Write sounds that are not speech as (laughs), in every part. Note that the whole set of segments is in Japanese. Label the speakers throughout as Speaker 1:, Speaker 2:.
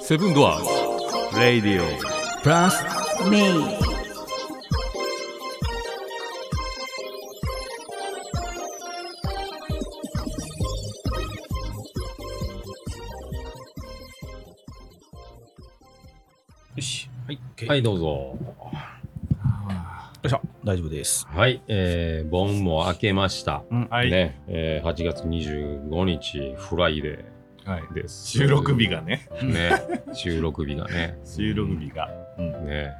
Speaker 1: セブンドアーズ
Speaker 2: Radio
Speaker 3: Plus
Speaker 4: me.
Speaker 1: よし
Speaker 5: はい。
Speaker 1: はいどうぞ
Speaker 5: よいしょ。
Speaker 3: 大丈夫です。
Speaker 1: はいえー、盆も明けました、
Speaker 2: はい、
Speaker 1: ね、えー、8月25日フライデ
Speaker 2: はい、
Speaker 1: ーです
Speaker 2: 収録日がね
Speaker 1: ね収録日がね
Speaker 2: (laughs) 収録日が
Speaker 1: ね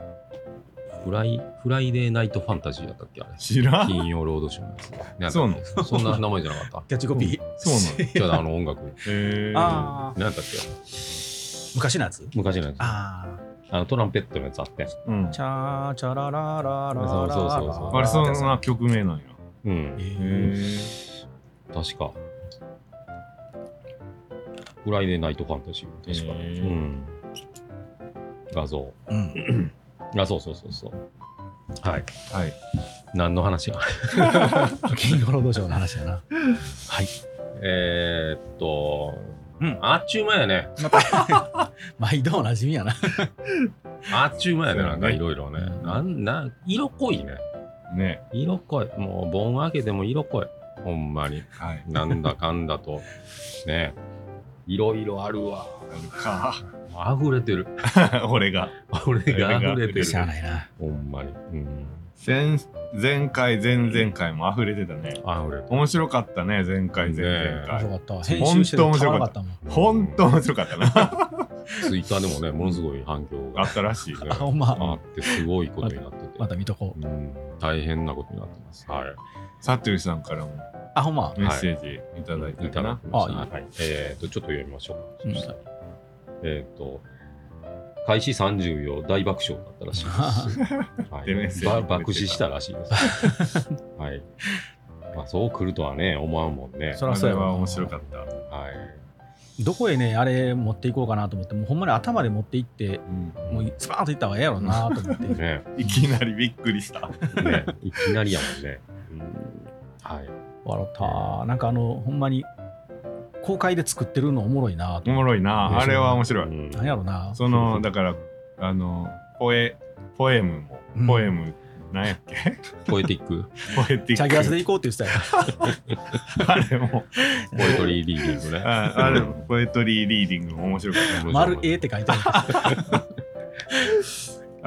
Speaker 1: フライフライデーナイトファンタジーだったっけあれ
Speaker 2: 知らん
Speaker 1: 金曜ロードショーのやつね、
Speaker 2: そう
Speaker 1: な
Speaker 2: な
Speaker 1: んだっけそんな名前じゃな
Speaker 2: (laughs)
Speaker 1: かった
Speaker 3: キャッチコピー。
Speaker 2: そうなの (laughs) へ
Speaker 1: じゃああの音楽
Speaker 2: え
Speaker 3: あ
Speaker 1: 何だったっけ
Speaker 3: ー昔のやつ
Speaker 1: 昔のやつあ
Speaker 3: あ
Speaker 1: のトランペットのやつあって
Speaker 2: うん
Speaker 3: ー。チャーチャラララララ
Speaker 1: そうそうそうそう
Speaker 2: あれそんな曲名なんや
Speaker 1: うん
Speaker 3: えー
Speaker 2: へ
Speaker 1: 確か。フライデーナイトファンタジー。確か。
Speaker 2: へ
Speaker 1: う
Speaker 2: ー
Speaker 1: ん。画像。
Speaker 3: うん。
Speaker 1: あ、そうそうそうそう。はい。
Speaker 2: えはい
Speaker 1: 何の話が
Speaker 3: 金曜ロードショーの話だな。はい。
Speaker 1: (laughs) えーっと、
Speaker 3: うん
Speaker 1: あっちゅう前やね。
Speaker 3: 毎度おなじみやな。
Speaker 1: あっちゅう前やね。
Speaker 2: そうね
Speaker 1: なんかいろいろね。なん、なん、色濃いね。
Speaker 2: ね
Speaker 1: 色濃い。もう、盆明けでも色濃い。ほんまに。
Speaker 2: はい
Speaker 1: なんだかんだと。ねいろいろあるわ。
Speaker 2: あ
Speaker 1: 溢れてる。
Speaker 2: るか (laughs) 俺が
Speaker 1: 俺が
Speaker 2: 俺が
Speaker 1: 溢れてる
Speaker 3: し。ゃあないな。
Speaker 1: ほんまに。うん。
Speaker 2: 前前回前々回も溢れてたね
Speaker 1: 溢
Speaker 2: (laughs)
Speaker 1: れてる。
Speaker 2: 面白かったね前回前々
Speaker 3: 面
Speaker 2: 回、
Speaker 3: 白かったわ。編集してて
Speaker 2: ほんと面
Speaker 3: た
Speaker 2: 白
Speaker 3: まらな
Speaker 2: か
Speaker 3: か
Speaker 2: っ
Speaker 3: ったもん。
Speaker 2: ほんと面白かったな (laughs)
Speaker 1: ツイッターでもね、ものすごい反響
Speaker 2: あ
Speaker 1: が
Speaker 2: ったらしい
Speaker 3: あ、ほんま。
Speaker 1: あって、すごいことになってて、
Speaker 3: (laughs) また見とこう。
Speaker 1: うん、大変なことになってます。はい。
Speaker 2: サトゥーさんからも
Speaker 3: あ、ほんま。
Speaker 2: メッセージいただいた
Speaker 1: いた
Speaker 2: かな、
Speaker 1: だきました
Speaker 3: あ
Speaker 1: はい。えっ、と、ちょっと読みましょうか。
Speaker 3: うん
Speaker 1: そしたらえっ、と、開始30秒大爆笑だったらしいです。は
Speaker 2: でメッセージ
Speaker 1: い、ば爆死したらしいです。はい。まあ、そう来るとはね、思わんもんね。
Speaker 3: そ
Speaker 2: あ
Speaker 3: らそう
Speaker 2: れ
Speaker 3: や
Speaker 2: は
Speaker 3: わ。
Speaker 2: 面白かった、
Speaker 1: はい。
Speaker 3: どこへね、あれ持っていこうかなと思って、もうほんまに頭で持っていって、もうスパーンといった方がええやろなと
Speaker 2: (laughs)
Speaker 3: 思って。
Speaker 1: ね、
Speaker 2: いきなりびっくりした
Speaker 1: ね、いきなりやもんね。うんはい。
Speaker 3: 笑った。なんかあの、ほんまに、公開で作ってるのおもろいなと
Speaker 2: お
Speaker 3: 思っ
Speaker 2: もろいなあれは面白い、
Speaker 1: うん
Speaker 3: て。なんやろな。
Speaker 2: そのだからあのポエポエムも、
Speaker 3: うん
Speaker 2: ポエムなんやっけ
Speaker 1: ポエティック、
Speaker 2: ポエティッ
Speaker 3: (laughs)
Speaker 2: ク
Speaker 3: チャギアスで行こうって言ってたよ。
Speaker 2: あれも
Speaker 1: ポエトリーリーディングね。
Speaker 2: ああれもポエトリーリーディングも面白か
Speaker 3: (laughs)
Speaker 2: っ
Speaker 3: 丸 A って書いてある。
Speaker 2: た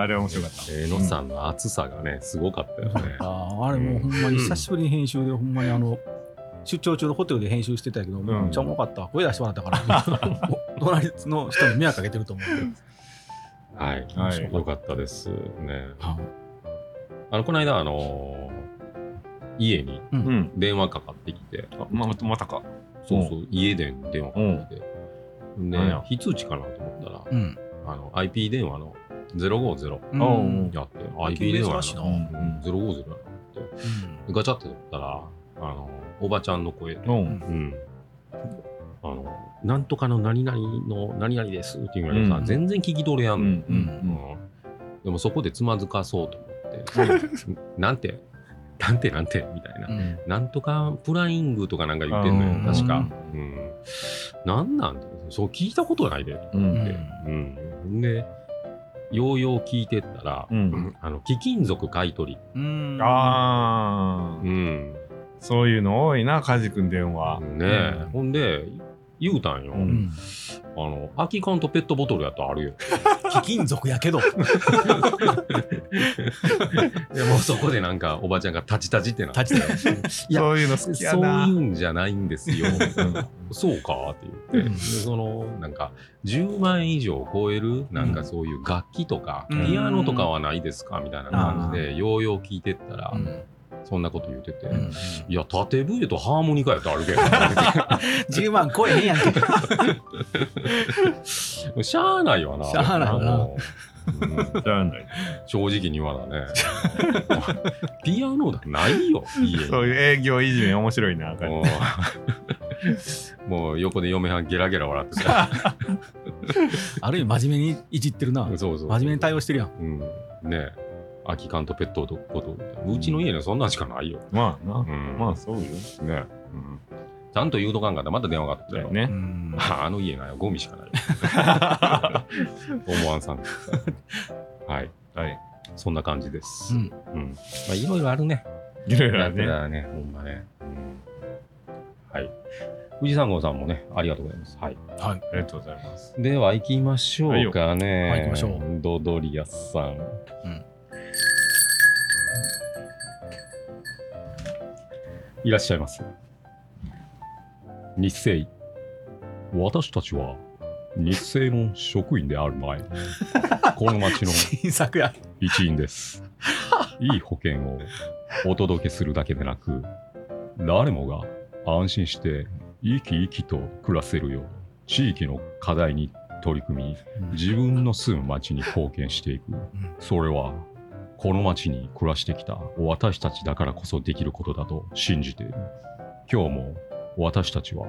Speaker 2: あれは面白かった
Speaker 1: えのさんの暑さがね、すごかったよね。
Speaker 3: あーあれもうほんまに久しぶりに編集で、ほんまにあの、出張中のホテルで編集してたけど、もうめっちゃおもろかったわ。声出してもらったから、 (laughs) もう隣の人に迷惑かけてると思うけど。
Speaker 1: はい。
Speaker 2: はい
Speaker 1: よかったです。ね。
Speaker 3: あ
Speaker 1: あの、この間、あのー家に
Speaker 2: うん
Speaker 1: 電話かかってきて、
Speaker 2: あままたか
Speaker 1: そうそう、家で電話かかってきて、で
Speaker 2: なんや、
Speaker 1: 非通知かなと思ったら、
Speaker 3: うん。
Speaker 1: あの、IP 電話の050
Speaker 3: うん
Speaker 2: あうん
Speaker 1: やって、IP 電
Speaker 3: 珍
Speaker 1: 話
Speaker 3: しいな。
Speaker 1: の
Speaker 3: うん
Speaker 1: 050やなと思って、ガチャって取ったら、あの、おばちゃんの声で、
Speaker 2: うん
Speaker 1: うん。あの、なんとかの何々の何々ですって言われてさ、
Speaker 2: うん
Speaker 1: 全然聞き取れや
Speaker 2: うんん
Speaker 1: の、
Speaker 2: うんうん
Speaker 1: でもそこでつまずかそうと思って、 (laughs) なんて、なんてなんてみたいな。
Speaker 3: うん
Speaker 1: なんとかプライングとかなんか言ってん
Speaker 2: う
Speaker 1: の
Speaker 2: ん
Speaker 1: よ、確か。うん。なんなんだそう聞いたことないで。
Speaker 2: う
Speaker 3: うんん
Speaker 1: うん。で、ようよう聞いてったら、
Speaker 2: うん
Speaker 1: あの、貴金属買い取り。
Speaker 3: うん
Speaker 2: あ
Speaker 1: う
Speaker 2: ー
Speaker 1: ん。
Speaker 2: そういうの多いな梶君電話
Speaker 1: ねえ、
Speaker 2: うん
Speaker 1: ほんで、言うたんよ。
Speaker 2: うん
Speaker 3: うん
Speaker 1: あの、空き缶とペットボトルやったらあるよ。
Speaker 3: 貴金属やけど。
Speaker 1: でもうそこでなんか、おばちゃんがタチタチってなって
Speaker 3: 立ちたい。
Speaker 1: いや
Speaker 2: そういうの好きや
Speaker 1: そう
Speaker 2: ない
Speaker 1: うんじゃないんです (laughs) よ。そうかって言っ
Speaker 3: う
Speaker 1: て、
Speaker 3: ん
Speaker 1: でそのなんか10万円以上超えるなんかそういう楽器とか、
Speaker 3: うん
Speaker 1: ピアノとかはないですかみたいな感じでようよう聞いてったら、そんなこと言ってて。
Speaker 3: うん
Speaker 1: いや、縦笛とハーモニカやってあるけ
Speaker 3: 10万超えへんやんけ。(laughs)
Speaker 1: ど、しゃあないわな。
Speaker 3: しゃあないわな
Speaker 1: もううん
Speaker 2: じゃあない
Speaker 1: 正直に言わなね。 (laughs) ピアノだないよ、家に
Speaker 2: (laughs) そういう営業いじめ面白いな梶君
Speaker 1: もうもう横で嫁はんゲラゲラ笑って
Speaker 3: (laughs)
Speaker 1: さ。
Speaker 3: ある意味真面目にいじってるな。
Speaker 1: そうそうそう
Speaker 3: 真面目に対応してるやん。
Speaker 1: うん、ねえ空き缶とペットボトルうちの家にはそんなんしかないよ、
Speaker 2: まあな
Speaker 1: うん
Speaker 2: まあそうよ
Speaker 1: ねえ、ちゃんと言うとかんかったらまた電話があったよ。
Speaker 2: ね。
Speaker 3: ん
Speaker 1: (laughs) ああの家なよ、ゴミしかない。
Speaker 2: (laughs)
Speaker 1: 思わんさん。はい、
Speaker 2: はい。
Speaker 1: そんな感じです。
Speaker 3: う
Speaker 1: うん
Speaker 3: ん
Speaker 1: まあ、いろいろあるね。
Speaker 2: いろい
Speaker 1: い
Speaker 2: ろあるね。
Speaker 1: ね。ほんまね。うんはい。藤三号さんもね、ありがとうございます。はい。
Speaker 3: はい。
Speaker 2: ありがとうございます。
Speaker 1: では行きましょうかね。
Speaker 3: はいよはい行きましょう
Speaker 1: ドドリアさん。
Speaker 3: ん
Speaker 1: いらっしゃいます。日清。私たちは日清の職員である前、この町の
Speaker 3: 新作や。
Speaker 1: 一員です。いい保険をお届けするだけでなく、誰もが安心して生き生きと暮らせるよう、地域の課題に取り組み、自分の住む町に貢献していく、それはこの町に暮らしてきた私たちだからこそできることだと信じている今日も私たちは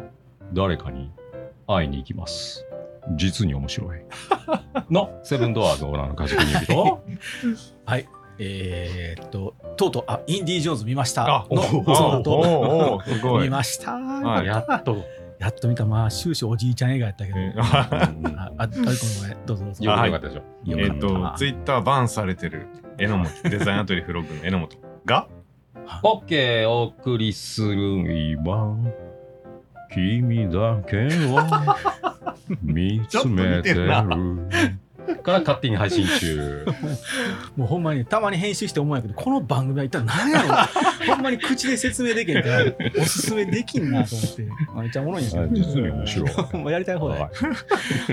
Speaker 1: 誰かに会いに行きます実に面白いのセブンドアーズオーナーの家族によると
Speaker 3: はい。えーっと、とうとう、あ、インディ・ージョーンズ見ました。
Speaker 2: お
Speaker 3: の、そうだ
Speaker 2: お
Speaker 3: と
Speaker 2: おおす
Speaker 3: う。
Speaker 2: ごい。
Speaker 3: 見ました。
Speaker 2: はい
Speaker 3: やっと。やっと見た。まあ、終始おじいちゃん映画やったけど。
Speaker 2: え
Speaker 1: うんうん
Speaker 3: あ、あ、あごめんごめん。どうぞどうぞ。
Speaker 1: よかった
Speaker 2: はい
Speaker 1: よかったでしょ、
Speaker 3: よ
Speaker 2: え
Speaker 3: か
Speaker 2: っ、
Speaker 3: た
Speaker 2: と、ツイッターバンされてる榎本、デザインアトリフロッグの榎本が、
Speaker 1: オッケーお送りする今君だけを見つめて (laughs) る
Speaker 2: ちょっ
Speaker 1: (laughs) から勝手に配信 (laughs) 中
Speaker 3: もうほんまにたまに編集して思うんやけどこの番組は一体何やろうほんまに口で説明できへんからおすすめできんなと思ってめっちゃおもろいんやけど
Speaker 1: 実に面白い。
Speaker 3: もうやりたい方だ
Speaker 1: は
Speaker 3: よ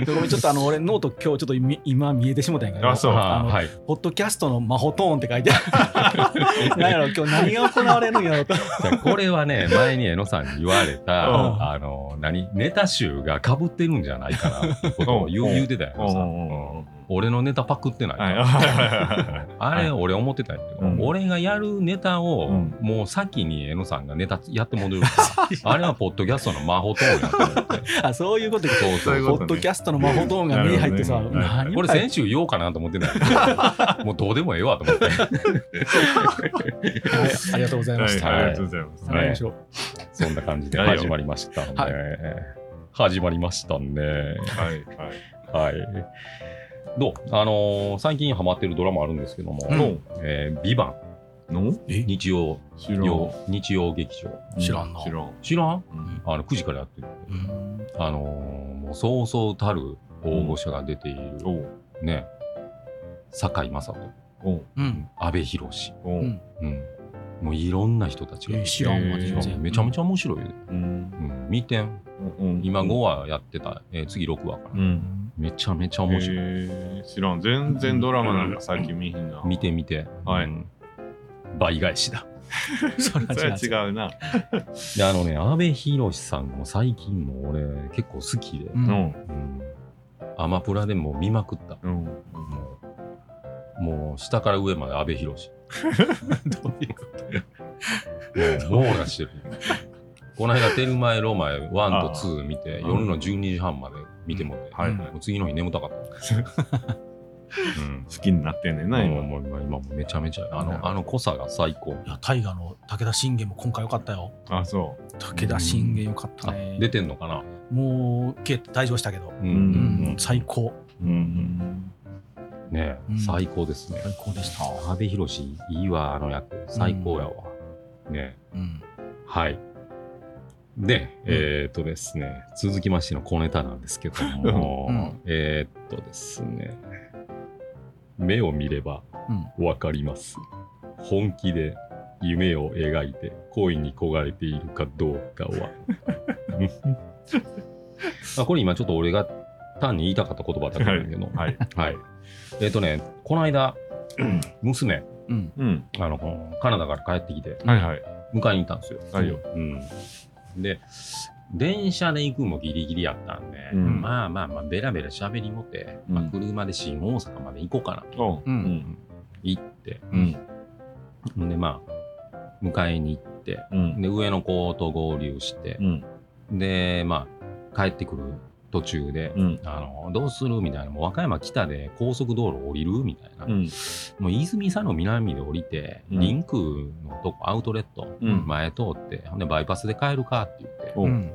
Speaker 3: ごめんちょっとあの俺ノート今日ちょっとみ今見えてしもたんやけど
Speaker 2: あそう
Speaker 3: あの
Speaker 1: はい。
Speaker 3: ポッドキャストの魔法トーンって書いてある何やろ今日何が行われるんやろと
Speaker 1: じゃあこれはね、前に江野さんに言われ
Speaker 2: う
Speaker 1: た、
Speaker 3: ん
Speaker 1: あの、何ネタ集が被ってるんじゃないかなってことを言う
Speaker 2: うん
Speaker 1: 言うてたよ、江
Speaker 2: お
Speaker 1: 野
Speaker 2: う
Speaker 1: さん
Speaker 2: おうおう
Speaker 1: 俺のネタパクってない
Speaker 2: はい
Speaker 1: か。
Speaker 2: はい
Speaker 1: あれ、
Speaker 2: は
Speaker 1: 俺思ってたんやけど、
Speaker 2: うん
Speaker 1: 俺がやるネタを、
Speaker 2: うん
Speaker 1: もう先に江野さんがネタやって戻るから、
Speaker 2: (laughs)
Speaker 1: あれはポッドキャストの魔法トーンやと思って。
Speaker 3: あそういうことか
Speaker 1: そう
Speaker 2: そういう
Speaker 1: そ
Speaker 2: こ
Speaker 1: う。
Speaker 3: ポ
Speaker 2: とね
Speaker 3: ッドキャストの魔法トーンが目に入ってさ、
Speaker 2: なるほどね
Speaker 3: 何
Speaker 1: これ先週言おうかなと思ってない
Speaker 2: (laughs)
Speaker 1: けど、もうどうでもええわと思って。
Speaker 3: はいありがとうございま
Speaker 2: い
Speaker 3: した、
Speaker 2: はいありがとうございます。
Speaker 3: あり
Speaker 2: は
Speaker 3: が
Speaker 2: い
Speaker 3: とうございま
Speaker 1: そんな感じで
Speaker 2: (laughs) はいよ
Speaker 1: 始まりましたね。
Speaker 3: は
Speaker 1: 始まりましたね。
Speaker 2: はい
Speaker 1: は
Speaker 2: はい
Speaker 1: い。どうあのー最近ハマってるドラマあるんですけども、
Speaker 2: の
Speaker 1: えー、ビバ
Speaker 2: の
Speaker 1: ン、日曜、
Speaker 2: 知ら
Speaker 1: 曜日曜劇場。
Speaker 2: ん
Speaker 3: 知らんな
Speaker 2: 知らん
Speaker 1: 知らん
Speaker 2: うん
Speaker 1: あの、9時からやってる。
Speaker 3: したうん
Speaker 1: あのーもうそうそうたる大御所が出ている、
Speaker 2: おう
Speaker 1: ね、堺雅人、
Speaker 2: おう
Speaker 3: うん
Speaker 1: 阿部寛、
Speaker 2: お
Speaker 3: う
Speaker 2: うん
Speaker 1: うん。もういろんな人たちが
Speaker 3: えー知らんわ
Speaker 2: え
Speaker 3: 全
Speaker 2: ー
Speaker 3: 然
Speaker 1: めちゃめちゃ面白いよね。
Speaker 2: うん
Speaker 1: うん、見てん。
Speaker 2: うん
Speaker 1: 今5話やってた、えー次6話か
Speaker 2: う
Speaker 1: な。
Speaker 2: ん
Speaker 1: めちゃめちゃ面白い。
Speaker 2: えー知らん全然ドラマなんか最近見ひんな
Speaker 1: 見て見て。
Speaker 2: はい
Speaker 1: うん倍返し
Speaker 2: (laughs)
Speaker 1: だ。
Speaker 3: それ
Speaker 2: それ
Speaker 3: は
Speaker 2: は
Speaker 3: 違う
Speaker 2: 違うな
Speaker 1: であのね、阿部寛さんも最近も俺結構好きで、
Speaker 3: う
Speaker 2: うんん
Speaker 1: うんアマプラでもう見まくった。
Speaker 2: うん
Speaker 1: もうもう下から上まで阿部寛。
Speaker 3: どういうこと
Speaker 1: (laughs) もう網羅してる。この間、テルマエロマエ1と2見て、
Speaker 2: あー
Speaker 1: 夜の12時半まで見てもって、
Speaker 2: はいはい
Speaker 1: もう次の日眠たかった。うん
Speaker 2: 好きになってんねんな今
Speaker 1: もうもう今もうめちゃめちゃあ
Speaker 2: なるほ
Speaker 1: の
Speaker 2: ど
Speaker 1: あの濃さが最高
Speaker 3: いや大河の武田信玄も今回良かったよ
Speaker 2: あそ
Speaker 3: 武田信玄良かった
Speaker 1: あ
Speaker 3: ね
Speaker 1: 出てんのかな、
Speaker 3: もう消えて退場したけど、
Speaker 1: うん
Speaker 3: う
Speaker 2: うんん、
Speaker 3: 最高
Speaker 2: ううん
Speaker 1: ねえ
Speaker 3: うん
Speaker 1: 最高ですね
Speaker 3: 最高でした、
Speaker 1: 阿部寛いいわあの役最高やわ、ね
Speaker 3: うん、
Speaker 1: えはいで、えー、っとですね続きましての小ネタなんですけども、
Speaker 3: うんうん
Speaker 1: えー、っとですね目を見ればわかります、本気で夢を描いて恋に焦がれているかどうか
Speaker 3: (laughs)
Speaker 1: はあこれ今ちょっと俺が単に言いたかった言葉だけなんだけど、
Speaker 2: はい
Speaker 1: はい。えっ、とね、この間、娘、
Speaker 3: うん
Speaker 2: うん
Speaker 1: あの、カナダから帰ってきて、
Speaker 2: はいはい
Speaker 1: 迎えに行ったんですよ。
Speaker 2: はいよ
Speaker 1: うん。で、電車で行くんもギリギリやったんで、
Speaker 2: うん
Speaker 1: まあまあまあ、ベラベラ喋りもって、
Speaker 2: うん
Speaker 1: まあ、車で新大阪まで行こうかなと。
Speaker 2: おう
Speaker 3: うん
Speaker 2: うん
Speaker 1: 行って、
Speaker 2: うん
Speaker 1: んで、まあ、迎えに行って、
Speaker 2: うん
Speaker 1: で、上の子と合流して
Speaker 2: う、ん
Speaker 1: で、まあ、帰ってくる途中で、
Speaker 2: うん
Speaker 1: あのどうするみたいなもう和歌山北で高速道路降りるみたいな、
Speaker 2: うん
Speaker 1: もう泉佐野南で降りて、
Speaker 2: うん
Speaker 1: リンクのとこアウトレット
Speaker 2: うん
Speaker 1: 前通って、ほんでバイパスで帰るかって言って
Speaker 2: おう
Speaker 3: うん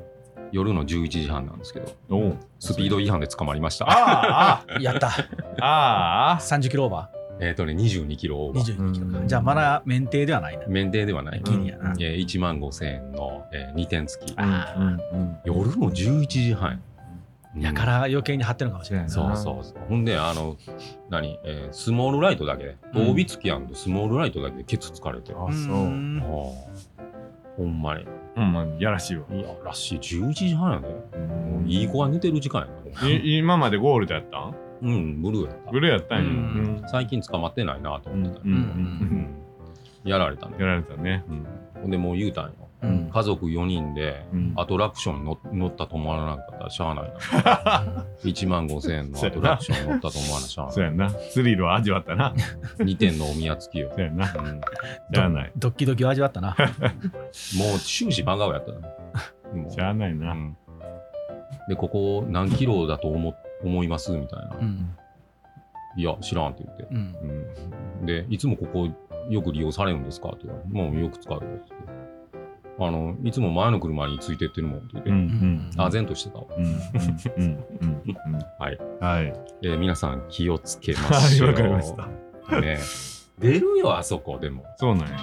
Speaker 1: 夜の11時半なんですけど
Speaker 2: おう
Speaker 1: スピード違反で捕まりました
Speaker 2: あー
Speaker 3: やった。
Speaker 2: あーあー
Speaker 3: 30キロオーバ
Speaker 1: えっとね22キロオ
Speaker 3: ー。
Speaker 1: ーバ
Speaker 3: 22
Speaker 1: ー
Speaker 3: キロ
Speaker 2: う
Speaker 3: か。
Speaker 2: ん
Speaker 3: じゃあまだ免停ではないな。
Speaker 1: 免停ではない、
Speaker 3: ギリやな。
Speaker 1: えー、1万5000円の、え2点付き
Speaker 3: あ
Speaker 2: うんうん
Speaker 1: 夜の11時半
Speaker 3: やから余計に張ってるのかもしれない。
Speaker 1: そうそうそう。ほんで、あの、何、えースモールライトだけで、
Speaker 2: うん
Speaker 1: 帯付きやんとスモールライトだけでケツ疲れて。あ
Speaker 2: あそううん
Speaker 1: あ
Speaker 3: ん
Speaker 1: ほんまに。
Speaker 2: うんまあやらしいわ
Speaker 1: いや、らしい。11時半やで、もういい子が寝てる時間やな。
Speaker 2: い今までゴールドやったん
Speaker 1: うん、ブルーやっ
Speaker 2: グルーやったんや
Speaker 3: う
Speaker 1: た。最近捕まってないなと
Speaker 2: うんうん
Speaker 1: 思ってた。
Speaker 2: うんうん
Speaker 1: やられた
Speaker 2: や
Speaker 1: ね。
Speaker 2: られたね
Speaker 1: うん。ほんで、もう言うたんよ。
Speaker 3: うん
Speaker 1: 家族4人で、
Speaker 2: うん
Speaker 1: アトラクションに乗乗ったと思わなかったらしゃあないな。1万5000円の
Speaker 2: そう
Speaker 1: ア
Speaker 2: やな
Speaker 1: トラクションに乗ったと思わなしゃあ
Speaker 2: そう
Speaker 1: ない。
Speaker 2: やんなスリルを味わったな
Speaker 1: 2点のお宮付きよ。
Speaker 2: そうやんな
Speaker 1: うん
Speaker 2: しゃあない
Speaker 3: ドッキドキを味わったな。
Speaker 1: もう終始真顔やったな。もう
Speaker 2: しゃあないうなん
Speaker 1: で、ここ何キロだと思思いますみたいな。
Speaker 3: うん。
Speaker 1: いや、知らんって言って。
Speaker 3: うん。
Speaker 1: うんで、いつもここよく利用されるんですかって言われて、もうよく使うよってあの、いつも前の車についてってるもんって言って、
Speaker 2: うんうん
Speaker 1: あぜんとしてたわ。
Speaker 2: うんうんうんうん
Speaker 1: はい
Speaker 2: はい
Speaker 1: えー皆さん気をつけま
Speaker 2: はい
Speaker 1: しょう。
Speaker 2: わかりました (laughs)
Speaker 1: ね出るよ、あそこでも。
Speaker 2: そうなんや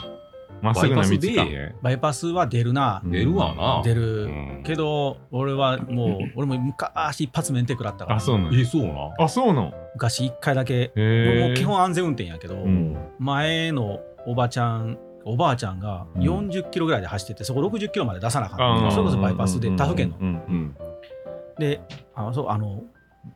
Speaker 2: まっ
Speaker 1: バ
Speaker 2: す
Speaker 1: イ
Speaker 2: ぐな
Speaker 1: パ
Speaker 2: 道
Speaker 1: ス
Speaker 2: か
Speaker 1: 出えへん
Speaker 3: バイパスは出るな。
Speaker 2: うん
Speaker 1: 出るわな。
Speaker 3: 出
Speaker 1: う
Speaker 3: る。
Speaker 1: ん
Speaker 3: けど、俺はも
Speaker 2: (laughs)
Speaker 3: う、俺も昔一発免停食らったから
Speaker 2: あ、そうなん
Speaker 1: え、
Speaker 2: や
Speaker 1: そうな。
Speaker 2: あそうなん
Speaker 3: 昔一回だけ、
Speaker 2: へ
Speaker 3: もう
Speaker 2: え
Speaker 3: 基本安全運転やけど、
Speaker 2: うん
Speaker 3: 前のおばちゃん、おばあちゃんが
Speaker 2: うん
Speaker 3: 40キロぐらいで走ってて、そこ60キロまで出さなあかった
Speaker 2: あー
Speaker 3: それこそバイパスで、
Speaker 2: うん
Speaker 3: 他府県の。
Speaker 2: うん
Speaker 1: うん。
Speaker 3: で、あそうあの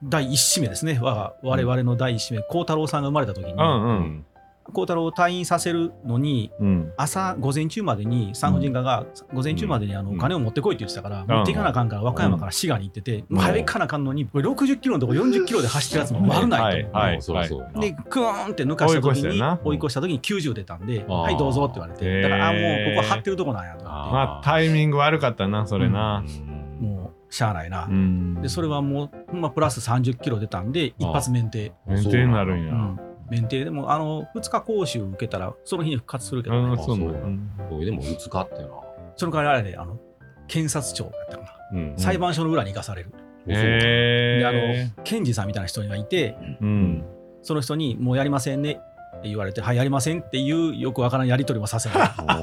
Speaker 3: 第一子目ですね、我が我々の第一子目、幸太郎さんが生まれた時に、
Speaker 2: う
Speaker 3: 幸
Speaker 2: んうん
Speaker 3: 太郎を退院させるのに、
Speaker 2: うん
Speaker 3: 朝、午前中までに産婦人科が午前中までにあの
Speaker 1: うん
Speaker 3: お金を持ってこいって言ってたから、
Speaker 2: ん
Speaker 3: 持っていかなあかんから和歌山から滋賀に行ってて、もう早いかなあかんのに、俺60キロのとこ40キロで走ってるやつも
Speaker 2: は
Speaker 3: 回
Speaker 2: い
Speaker 3: るな
Speaker 2: はいい
Speaker 3: と。
Speaker 1: は、
Speaker 2: はいい
Speaker 1: そりゃそうやな。
Speaker 3: で、クーンって抜かした時
Speaker 2: 追い越
Speaker 3: に
Speaker 2: したよな
Speaker 3: 追い越した時に90出たんで、
Speaker 1: あー
Speaker 3: はいどうぞって言われて、だからあ
Speaker 2: へー
Speaker 3: ーもうここ張ってるとこなんやと思っ
Speaker 2: まあタイミング悪かったなそれな
Speaker 3: て、もうしゃあないな
Speaker 2: う。ん
Speaker 3: でそれはもう、まあ、プラス30キロ出たんで、一発免停。
Speaker 2: 免停になるん
Speaker 3: う
Speaker 2: や
Speaker 3: ん、免停でもあの2日講習受けたらその日に復活するけど、ね
Speaker 2: あそうなん
Speaker 1: あそう
Speaker 2: やうん
Speaker 1: おいでも、うつかってな。
Speaker 3: その代わりあれであの検察庁だったかな、
Speaker 1: うん
Speaker 3: 裁判所の裏に行かされる
Speaker 2: へ
Speaker 3: であ
Speaker 2: え
Speaker 3: の検事さんみたいな人がいて
Speaker 2: うん
Speaker 3: その人に「もうやりませんね」って言われて「はいやりません」っていうよくわからんやり取りもさせられて
Speaker 1: あ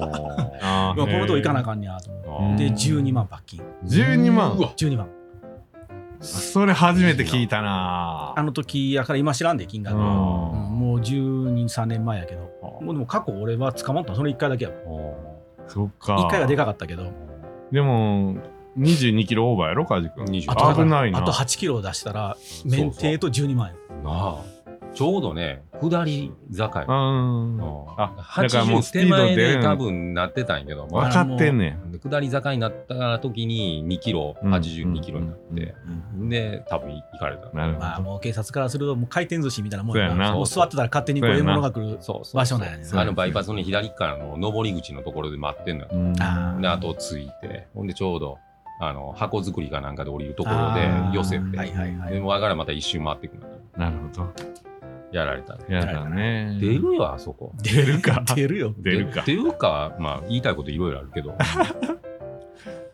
Speaker 2: あ
Speaker 3: うわこのとこ行かなあ
Speaker 2: か
Speaker 3: かんねやと思って。
Speaker 1: ー
Speaker 3: で12万罰金
Speaker 2: 12万
Speaker 1: うわ
Speaker 3: 12万
Speaker 2: それ初めて聞いたな
Speaker 3: あの時やから今知らんで金額は、うん
Speaker 2: うん
Speaker 3: もう123年前やけどもうでも過去俺は捕まったのその1回だけや
Speaker 2: そっか
Speaker 3: 1回がでかかったけど
Speaker 2: でも22キロオーバーやろカジ君
Speaker 1: 20
Speaker 3: あとだから
Speaker 2: 危ないな
Speaker 3: あと8キロを出したら免停と12万円
Speaker 1: なあちょうどね下り坂や
Speaker 2: うん
Speaker 1: あ
Speaker 2: あだからもう
Speaker 1: 80
Speaker 2: スピ
Speaker 1: 手
Speaker 2: ード
Speaker 1: 前で
Speaker 2: 出
Speaker 1: 多
Speaker 2: る
Speaker 1: 分なってたんやけども
Speaker 2: 分かってんねん
Speaker 1: で下り坂になった時に2キロ
Speaker 2: うん
Speaker 1: 82キロになってで多分行かれた
Speaker 2: なるほ
Speaker 3: まあ
Speaker 2: ど
Speaker 3: もう警察からするともう回転寿司みたいなもん
Speaker 2: そうやな
Speaker 3: もう座ってたら勝手にこう
Speaker 2: そう
Speaker 3: 獲
Speaker 2: やな
Speaker 3: 物が来る。
Speaker 1: そうそう
Speaker 3: 場所なんやね
Speaker 1: そうあのバイパスの左からの上り口のところで待ってんのよ
Speaker 2: うん
Speaker 3: あ
Speaker 1: であとついてほんでちょうどあの箱作りかなんかで降りるところで
Speaker 3: あー
Speaker 1: 寄せ
Speaker 3: はい
Speaker 1: て
Speaker 3: はいは
Speaker 1: で
Speaker 3: い。
Speaker 1: もだからまた一周回ってくる
Speaker 2: なるほど
Speaker 1: やられたね
Speaker 2: やだね
Speaker 1: 出るよあそこ
Speaker 3: 出
Speaker 2: るか
Speaker 3: 出るよ。
Speaker 2: 出るか
Speaker 1: っていうか、まあ、言いたいこといろいろあるけ
Speaker 2: (laughs)
Speaker 1: ど、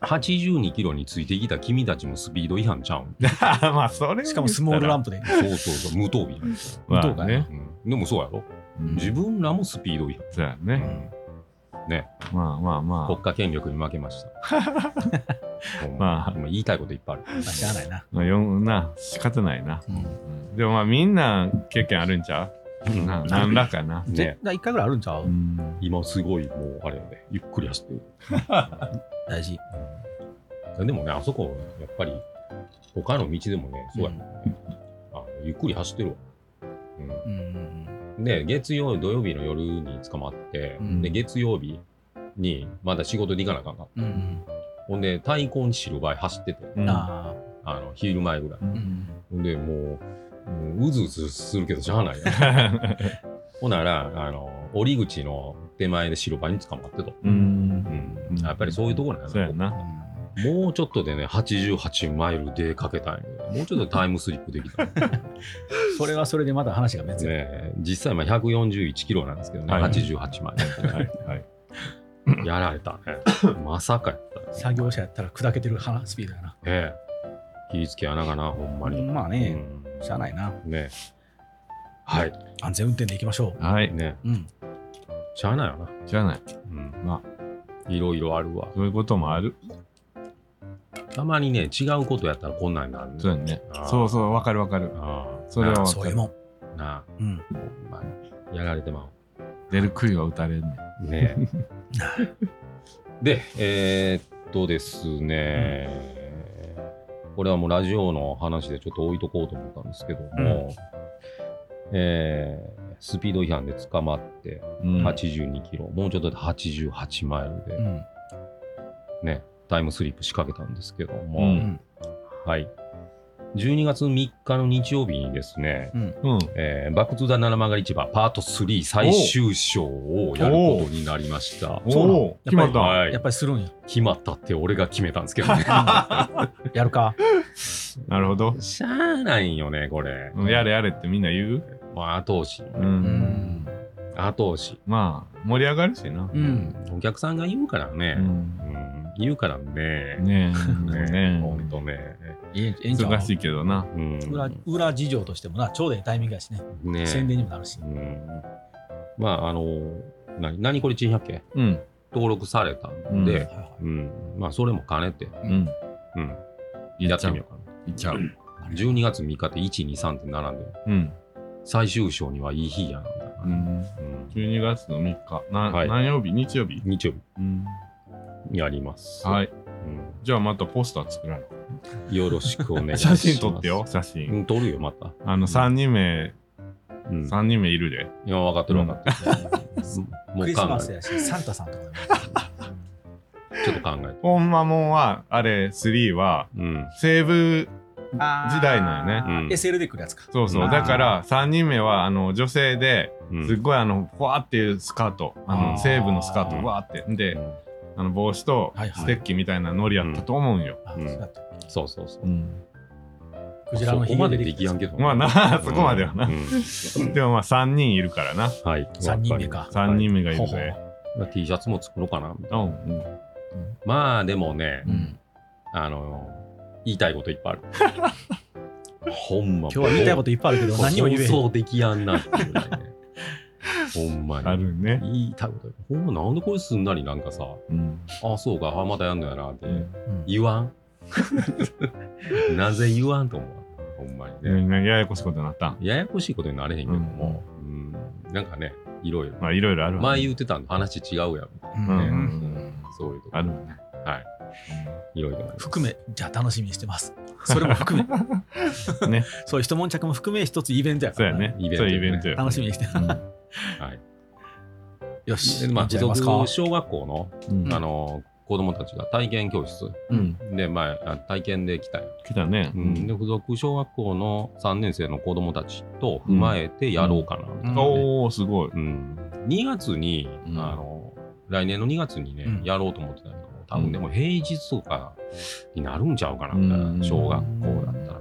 Speaker 1: 82キロについてきた君たちもスピード違反ちゃうん。
Speaker 2: (laughs) まあそれ
Speaker 3: しかもスモールランプで。
Speaker 1: そうそうそう、無闘技なんですよ
Speaker 2: プ
Speaker 3: どうか
Speaker 2: ね
Speaker 1: うんでもそうやろ。
Speaker 2: うん
Speaker 1: 自分らもスピード違反。
Speaker 2: そうやね
Speaker 1: ね、
Speaker 2: まあまあまあ
Speaker 1: 国家権力に負けました。
Speaker 2: (laughs)
Speaker 1: ほん
Speaker 2: まあ
Speaker 1: ま言いたいこといっぱいある。
Speaker 3: まあ、しゃあないな。
Speaker 2: まあ、よんな仕方ないな、
Speaker 3: うん
Speaker 2: うんでもまあみんな経験あるんちゃう
Speaker 1: うん
Speaker 2: な何らかな、
Speaker 1: ね
Speaker 3: 絶対1回ぐらいあるんちゃう
Speaker 2: うん
Speaker 1: 今すごいもうあれよね、ゆっくり走って
Speaker 3: 大事。
Speaker 1: る。でもね、あそこ、やっぱり、他の道でもね、そうやもんね、あのゆっくり走ってるわ。うん
Speaker 3: うんうん
Speaker 1: で、月曜、土曜日の夜に捕まって、
Speaker 3: うん
Speaker 1: で、月曜日にまだ仕事で行かなあかんかった。
Speaker 3: うん。うん
Speaker 1: ほんで、対抗に白バイ走ってて、
Speaker 3: う
Speaker 2: う
Speaker 3: んん。あ
Speaker 1: あの、昼前ぐらい。
Speaker 2: う
Speaker 3: あ。うんん。
Speaker 1: ほんで、もう、もううずうずするけど、しゃあないやほんなら、あの、折り口の手前で白バイに捕まってと。
Speaker 2: うん
Speaker 1: うん。やっぱりそういうところなん
Speaker 2: (laughs) そう
Speaker 1: や
Speaker 2: や
Speaker 1: な。
Speaker 2: な
Speaker 1: もうちょっとでね、88マイルでかけたんやけど、もうちょっとタイムスリップできたんや
Speaker 3: それはそれでまだ話が別
Speaker 1: けど
Speaker 3: に、
Speaker 1: ね。実際、まあ141キロなんですけどね、
Speaker 2: はい
Speaker 1: 88マイル。
Speaker 2: はいはい。
Speaker 1: やられたね。まさかやったね。
Speaker 3: 作業者やったら砕けてる花スピードやな。
Speaker 1: ええ。気ぃつけ穴がな、ほんまに。
Speaker 3: まあ
Speaker 1: う
Speaker 3: ね、
Speaker 1: ん
Speaker 3: しゃあないな。
Speaker 1: ねはい。
Speaker 3: 安全運転でいきましょ
Speaker 2: はい。
Speaker 1: ね
Speaker 3: う。うん。
Speaker 1: しゃあないよな。
Speaker 2: じゃあない。
Speaker 1: うん。
Speaker 2: ま
Speaker 1: いろいろあるわ
Speaker 2: あ、。そういうこともある。
Speaker 1: たまにね、違うことやったらこんなんになるね
Speaker 2: そうやね
Speaker 1: あ。ー
Speaker 2: そうそう、わかるわかる。
Speaker 1: あ
Speaker 2: それはわ
Speaker 3: そう
Speaker 2: か
Speaker 3: いう
Speaker 2: る。
Speaker 3: もん。
Speaker 1: あ、な
Speaker 3: うん。
Speaker 1: あ、ほんまにやられてまう。
Speaker 2: 出る杭は打たれんね。
Speaker 1: ねえ。で、えーっとですね、これはもうラジオの話でちょっと置いとこうと思ったんですけども、えースピード違反で捕まって
Speaker 2: うん
Speaker 1: 82キロ、もうちょっとで88マイルで
Speaker 3: うん。
Speaker 1: ね、タイムスリップ仕掛けたんですけども、
Speaker 2: う
Speaker 3: うんん。
Speaker 1: はい。12月3日の日曜日にですね、
Speaker 3: うん。
Speaker 2: うん。
Speaker 1: えー、バック・トゥ・ザ・七曲がり市場パート3最終章をやることになりまし
Speaker 3: そ
Speaker 1: た。
Speaker 3: うなの
Speaker 2: おお、決まった。
Speaker 1: はい
Speaker 3: やっぱりするんや。
Speaker 1: 決まったって俺が決めたんですけどね。
Speaker 3: やるか。
Speaker 2: なるほど。
Speaker 1: (laughs) しゃあないよね、これ。
Speaker 2: うんやれやれってみんな言う
Speaker 1: まあ、後押し。
Speaker 2: う。
Speaker 3: うんん。
Speaker 1: 後押し。
Speaker 2: まあ、盛り上がるしな。
Speaker 3: う。
Speaker 1: うんお客さんが言うから
Speaker 2: う
Speaker 1: ね。
Speaker 2: ん
Speaker 1: うん言うからね。
Speaker 2: ねえ、
Speaker 1: ねほん
Speaker 2: ね
Speaker 1: とね。
Speaker 3: ええええんちゃう
Speaker 2: 忙しいけどな。
Speaker 1: うん
Speaker 3: 裏裏事情としてもな、ちょうどええタイミングやしね。
Speaker 1: ね
Speaker 3: 宣伝にもなるし
Speaker 1: う。んまあ、あの、何、何これ珍百景
Speaker 2: うん。
Speaker 1: 登録されたんで、
Speaker 3: はいはい
Speaker 1: うんまあ、それも兼ねて、
Speaker 2: うん。
Speaker 1: うんやってみようかな。
Speaker 2: いっちゃう。
Speaker 1: 12月3日って1、2、3って並んで、
Speaker 2: うん。
Speaker 1: 最終章にはいい日やな、みたいな
Speaker 2: う。ん。
Speaker 1: うん
Speaker 2: 12月の3日。な
Speaker 1: はい
Speaker 2: 何曜日日曜日
Speaker 1: 日曜
Speaker 2: うん。
Speaker 1: 日やります。
Speaker 2: はい。
Speaker 1: うん
Speaker 2: じゃあまたポスター作らない。
Speaker 1: よろしくお願いします。
Speaker 2: (laughs) 写真撮ってよ、写
Speaker 1: う
Speaker 2: 真。
Speaker 1: ん。撮るよ、また。
Speaker 2: あの、3人目、
Speaker 1: うん。
Speaker 2: 3人目いるで。
Speaker 1: 今分かってる分かってる。も
Speaker 3: ク
Speaker 1: う
Speaker 3: リス
Speaker 1: 考
Speaker 3: マ
Speaker 1: え
Speaker 3: ス
Speaker 1: て、
Speaker 3: やし、サンタさんとかでも。
Speaker 1: (laughs) ちょっと考えて。
Speaker 2: ほんまもんは、あれ、3は、
Speaker 1: うん。
Speaker 2: 西武時代なんよね。
Speaker 1: ねうん
Speaker 3: SL で来るやつか。
Speaker 2: そうそう。
Speaker 1: あー
Speaker 2: だから、3人目は、あの、女性で、
Speaker 1: うん
Speaker 2: すっごいあの、ふわーっていうスカート、あ
Speaker 1: あー
Speaker 2: の、西武のスカート、ふわーって。で、あの、帽子と
Speaker 3: はいはい
Speaker 2: ステッキみたいなノリやったと思うんよ。
Speaker 3: あ
Speaker 1: うん
Speaker 3: そうやった
Speaker 1: そうそうそう。
Speaker 2: うん。
Speaker 3: クジラの
Speaker 1: そ
Speaker 3: ひ
Speaker 1: こま
Speaker 3: げ
Speaker 1: で
Speaker 3: で
Speaker 1: できやんけ
Speaker 3: ど。
Speaker 1: ど。
Speaker 2: まあな、そこまではな
Speaker 1: う。ん
Speaker 2: でもまあ、3人いるからな。
Speaker 1: はい。
Speaker 3: 三人目か
Speaker 2: 3人目がいる
Speaker 3: ほう
Speaker 2: ぜ。
Speaker 1: 目。T シャツも作ろうかな。みたいな
Speaker 2: うんうん。
Speaker 1: まあ、でもね、
Speaker 3: うん
Speaker 1: あの、言いたいこといっぱいあ
Speaker 3: (laughs)
Speaker 1: る。ほんま。
Speaker 3: 今日は言いたいこといっぱいあるけど、何にも言えへん。
Speaker 1: そうできやんなって
Speaker 3: (laughs)
Speaker 1: いうぐらいね。ほんまに。
Speaker 2: あるね。
Speaker 1: 言いたいこと。ほんま、なんでこれすんなりなんかさ、
Speaker 2: うん。
Speaker 1: あ、そうか、あ、またやんのやなって。
Speaker 3: うん
Speaker 1: 言わ
Speaker 3: (laughs)
Speaker 1: んなぜ言わんと思うほんまにね。
Speaker 2: ねややこしいことになった。
Speaker 1: ややこしいことになれへんけども、うんなんかね、いろいろ。
Speaker 2: まあ、いろいろあるわね。
Speaker 1: 前言ってたの話違うやんみたいな。
Speaker 2: うん
Speaker 3: う
Speaker 2: う
Speaker 3: んん
Speaker 2: うん。
Speaker 1: そういうとこ。
Speaker 2: あるね。
Speaker 1: はい。いろいろあります
Speaker 3: 含め、じゃあ楽しみにしてます。それも含
Speaker 1: (laughs)
Speaker 3: め。
Speaker 2: ね。
Speaker 3: そういう一悶着も含め、一つイベントやか
Speaker 2: そう
Speaker 3: ら
Speaker 2: や
Speaker 3: な。
Speaker 2: ね。
Speaker 1: イベント
Speaker 2: そういうイベントよ。
Speaker 3: 楽しみにして。
Speaker 1: はい。
Speaker 3: よし。
Speaker 1: で、まあ、
Speaker 3: じ
Speaker 1: 付
Speaker 3: ゃあやります
Speaker 1: 属
Speaker 3: か。
Speaker 1: 小学校の、
Speaker 2: うん
Speaker 1: あの、子供たちが体験教室
Speaker 2: うん。
Speaker 1: で、まあ、あ体験できたよ。
Speaker 2: 来たね。
Speaker 1: うん、で、付属小学校の3年生の子供たちと踏まえてやろうかな、みたいなね
Speaker 2: おー、すごい。
Speaker 1: うん、2月に、
Speaker 2: うん
Speaker 1: あの来年の2月にね、
Speaker 3: うん
Speaker 1: やろうと思ってたけど多分でも平日とかになるんちゃうかなみたいな、
Speaker 2: うん
Speaker 1: 小学校だったらみたいな。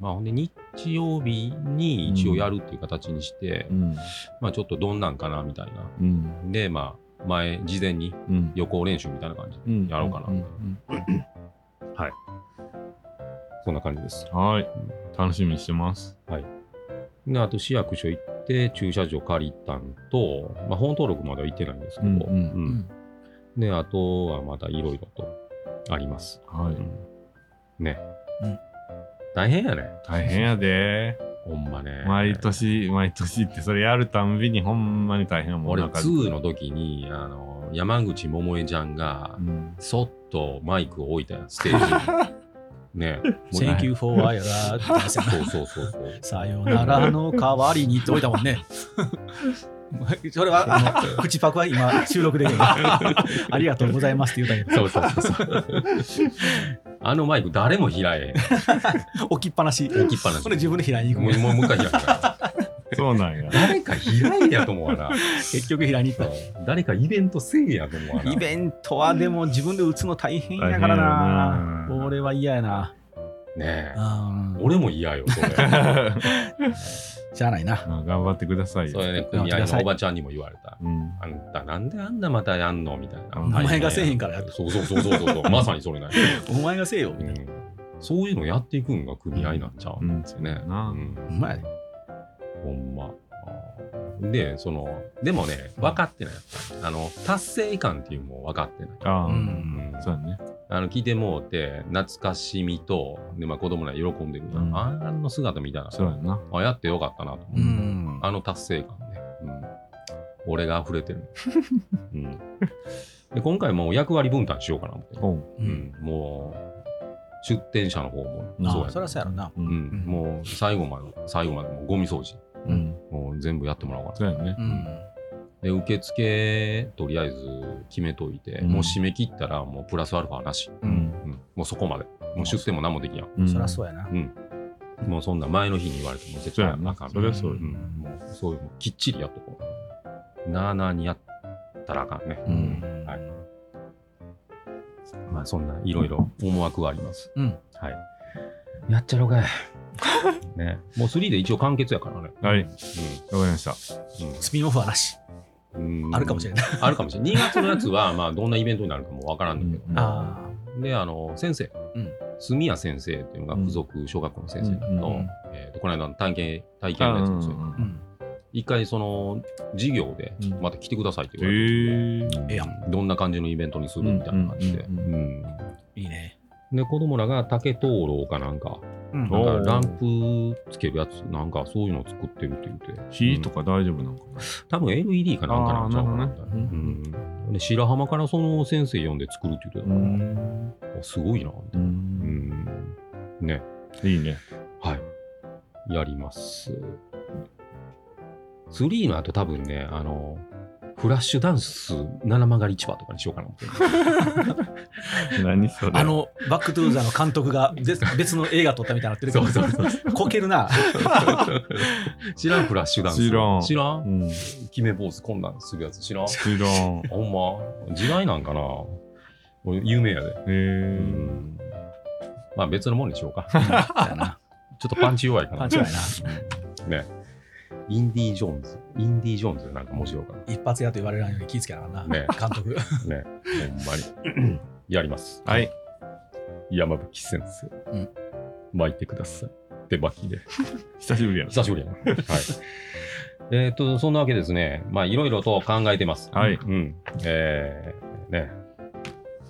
Speaker 1: まあ、ほんで日曜日に一応やるっていう形にして、
Speaker 2: うん。
Speaker 1: まあちょっとどんなんかなみたいな。
Speaker 2: うん。
Speaker 1: で、まあ前、事前に
Speaker 2: うん。
Speaker 1: 予行練習みたいな感じで、
Speaker 2: うん
Speaker 1: やろうかなみたい
Speaker 2: ん
Speaker 1: そんな感じです。
Speaker 2: うんはい。楽しみにしてます。
Speaker 1: で、あと市役所行って駐車場借りたんと、まあ本登録までは行ってないんですけど、
Speaker 2: うんうん
Speaker 3: うん
Speaker 1: うんで、あとはまたいろいろとあります。
Speaker 2: はい。
Speaker 1: ね、
Speaker 3: うん
Speaker 1: 大変やね
Speaker 2: 大変やで。
Speaker 1: ほんまね
Speaker 2: 毎年、毎年って、それやるたんびにほんまに大変やもん。
Speaker 1: 俺
Speaker 2: なんか
Speaker 1: 2の時にあの山口百恵ちゃんが
Speaker 2: うん
Speaker 1: そっとマイクを置いたやんステージ
Speaker 2: (laughs)
Speaker 1: にねもう
Speaker 3: Thank you for a while.
Speaker 1: (laughs) そうそうそうそう
Speaker 3: さよならの代わりにって置いたもんね。それはあの口パクは今収録できるありがとうございますって言うたけ
Speaker 1: そうそうそうそうあのマイク誰も開え
Speaker 3: (laughs) ど置きっぱなし
Speaker 1: へん置きっぱなし
Speaker 3: これ自分で開いに行く
Speaker 1: もうもうもう一回開くから
Speaker 2: そうな
Speaker 1: (laughs)
Speaker 2: んや。
Speaker 1: 誰か開いやと思わな。
Speaker 3: 結局平に行っ
Speaker 1: 誰かイベントせえやと思わ
Speaker 3: た。
Speaker 1: な。
Speaker 3: イベントはでも自分で打つの大変やからな。
Speaker 2: 大変やな
Speaker 3: 俺は嫌やな。
Speaker 1: ねえ。
Speaker 3: うん。
Speaker 1: 俺も嫌よ、そ
Speaker 3: (laughs)
Speaker 1: れ。
Speaker 3: しゃあないな。
Speaker 2: まあ頑張ってください
Speaker 1: そ
Speaker 2: よ。
Speaker 1: れね、組合のおばちゃんにも言われた。
Speaker 2: うん
Speaker 1: あんた、なんであんなまたやんのみたいな。
Speaker 2: お
Speaker 3: 前がせえへんからやと
Speaker 1: そうそうそうそうそう。 (laughs) まさにそれなんや
Speaker 3: お前がせえよ。
Speaker 1: うんそういうのやっていくんが組合なんちゃう
Speaker 2: うんん
Speaker 1: ですよね。
Speaker 2: そうやな
Speaker 1: うん
Speaker 3: お前。
Speaker 1: ほんま。で、その、でもね、分かってない。あの、達成感っていうのも分かってない。
Speaker 2: あ
Speaker 3: う
Speaker 2: あ、
Speaker 3: ん。
Speaker 2: そうだね。
Speaker 1: あの、聞いてもうて、懐かしみと、で、まあ子供ら喜んでるやん。
Speaker 2: うん
Speaker 1: あの姿見たら、
Speaker 2: そうやな。
Speaker 1: あ、やってよかったなと思
Speaker 3: う
Speaker 1: う。
Speaker 3: ん。
Speaker 1: あの達成感ね。うん。俺が溢れてる。 (laughs) うん。で、今回もう役割分担しようかな思って。
Speaker 2: おう
Speaker 3: う。
Speaker 1: うんん。もう、出店者の方も、
Speaker 2: なあ
Speaker 1: そ
Speaker 3: あ
Speaker 1: うや
Speaker 3: あ、そりゃそうやろな。
Speaker 1: う
Speaker 2: う。
Speaker 1: んん、もう最後まで、最後までもうゴミ掃除、
Speaker 2: うん。
Speaker 1: もう全部やってもらおうかな。
Speaker 2: そうやね
Speaker 3: う。ん。
Speaker 1: で、受付、とりあえず決めといて、
Speaker 2: うん
Speaker 1: もう締め切ったら、もうプラスアルファなし、
Speaker 3: うん。
Speaker 1: うん、もうそこまで、もう出店も何もできやん。
Speaker 2: うん
Speaker 3: そりゃそうやな。
Speaker 1: もうそんな前の日に言われても絶
Speaker 2: そう
Speaker 1: 対
Speaker 2: や
Speaker 1: あ
Speaker 2: な
Speaker 1: か。ん。
Speaker 2: それはそう
Speaker 1: う
Speaker 2: や。
Speaker 1: ん、もうそういう、もうきっちりやっとこう。なあなあにやったらあかんね。
Speaker 2: うん
Speaker 1: は
Speaker 3: はい
Speaker 1: い。まあそんないろいろ思惑があります。
Speaker 3: うん。
Speaker 1: はい。やっちゃろうかい。ね。もう3で一応完結やからね。
Speaker 2: はい、わかりました。
Speaker 1: うん。
Speaker 3: スピンオフはなし。
Speaker 1: うん。うん
Speaker 3: あるかもしれない。
Speaker 1: あるかもしれない。2月のやつは、まあ、どんなイベントになるかもわからんだけど。
Speaker 2: うん
Speaker 3: あ
Speaker 1: で、あの、先生、
Speaker 3: うん
Speaker 1: 住谷先生っていうのが附属小学校の先生な
Speaker 2: うんん
Speaker 1: だ
Speaker 2: うん
Speaker 3: うんうん
Speaker 1: えっと、この間の体験、体験のやつもそうや
Speaker 2: う
Speaker 1: けど
Speaker 2: ん
Speaker 3: あ。うん。
Speaker 1: 一回、その、授業で
Speaker 2: う、ん
Speaker 1: また来てくださいって
Speaker 2: え
Speaker 1: 言われて、
Speaker 3: ええや
Speaker 1: うんどんな感じのイベントにするみたいな感じで。う
Speaker 2: うんうん
Speaker 1: ん
Speaker 3: いいね。
Speaker 1: で、子供らが竹灯籠かなんか、
Speaker 3: うん
Speaker 1: な
Speaker 2: お
Speaker 1: んかランプつけるやつ、なんかそういうの作ってるって言って、
Speaker 2: 火とか大丈夫なのか
Speaker 1: 多分 LED かなんかなんちゃうかな
Speaker 2: あーな
Speaker 1: みたいな。
Speaker 2: るほどね
Speaker 1: うんで白浜からその先生呼んで作るって言ってた
Speaker 2: な。
Speaker 1: から、
Speaker 2: ん。
Speaker 1: あすごいな、みたいな。う
Speaker 2: うん。
Speaker 1: ん。ね。
Speaker 2: い
Speaker 1: (laughs)
Speaker 2: いね。
Speaker 1: はい。やります。3の後多分ね、あの、フラッシュダンス七曲り市場とかにしようかな思って
Speaker 3: (laughs)
Speaker 1: る。
Speaker 2: 何それ。
Speaker 3: あ、の、バックトゥーザーの監督が別別の映画撮ったみたいになってるけど、こけるな。
Speaker 1: 知らんフラッシュダンス。
Speaker 2: 知らん
Speaker 1: 知ら (laughs)
Speaker 2: うんん。
Speaker 1: 決め坊主こんなんするやつ知ら
Speaker 3: (laughs)
Speaker 1: ん
Speaker 2: 知らん。
Speaker 1: ほんま時代なんかな俺有名やで。う
Speaker 2: えー。
Speaker 1: ん。まあ別のもんにしよう
Speaker 3: (laughs)
Speaker 1: か。
Speaker 3: だよな
Speaker 1: ちょっとパンチ弱いかな。
Speaker 3: パンチ弱いな。
Speaker 1: ね。インディ・ージョーンズ。インディ・ージョーンズでなんか面白いかな。
Speaker 3: 一発やと言われないように気ぃつけなあかんな、
Speaker 1: ね
Speaker 3: 監督。
Speaker 1: ね、ほんまに。
Speaker 3: (laughs)
Speaker 1: やります。
Speaker 2: はい。
Speaker 1: 山吹先生。
Speaker 3: うん
Speaker 1: 巻いてください。手巻きで。
Speaker 2: 久しぶりやな。
Speaker 1: 久しぶりやな。はい。えっと、そんなわけですね。まあ、いろいろと考えてます。
Speaker 2: はい。
Speaker 1: うん。えー、ね。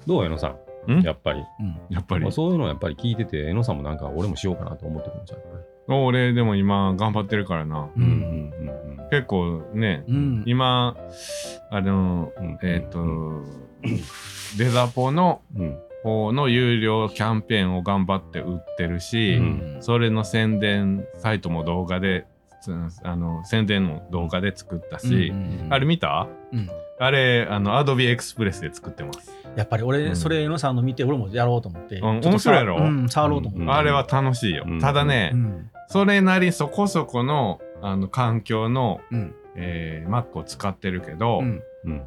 Speaker 1: どう、江野さん。
Speaker 2: ん
Speaker 1: やっぱり。
Speaker 2: やっぱり
Speaker 1: まあ、。そういうのやっぱり聞いてて、江野さんもなんか俺もしようかなと思ってくるんじゃん。
Speaker 2: 俺、でも今、頑張ってるからな。
Speaker 3: う
Speaker 1: うん
Speaker 3: ん。
Speaker 1: うんうんうん
Speaker 2: 結構ね、
Speaker 3: うん
Speaker 2: 今、あの、
Speaker 1: うん。
Speaker 2: えっ、と、
Speaker 1: うん
Speaker 2: デザポの
Speaker 1: うん。
Speaker 2: 方の有料キャンペーンを頑張って売ってるし、
Speaker 1: うん
Speaker 2: それの宣伝サイトも動画でつあの宣伝の動画で作ったし、
Speaker 3: うん
Speaker 2: あれ見た、
Speaker 3: うん
Speaker 2: あれあの Adobe Express で作ってます、
Speaker 3: やっぱり
Speaker 2: う
Speaker 3: 俺、
Speaker 2: ん
Speaker 3: それ、江野さんの見て、俺もやろうと思って。
Speaker 2: ん
Speaker 3: ちょっと
Speaker 2: 面白いやろ
Speaker 3: うん、触ろうと思
Speaker 1: う
Speaker 3: っ
Speaker 1: ん
Speaker 3: て。
Speaker 2: あれは楽しいよ、
Speaker 1: うん
Speaker 2: ただね、
Speaker 3: うん。
Speaker 2: それなりそこそこのあの環境の、
Speaker 3: うん
Speaker 2: えー Mac を使ってるけど、
Speaker 3: うん。
Speaker 1: うん。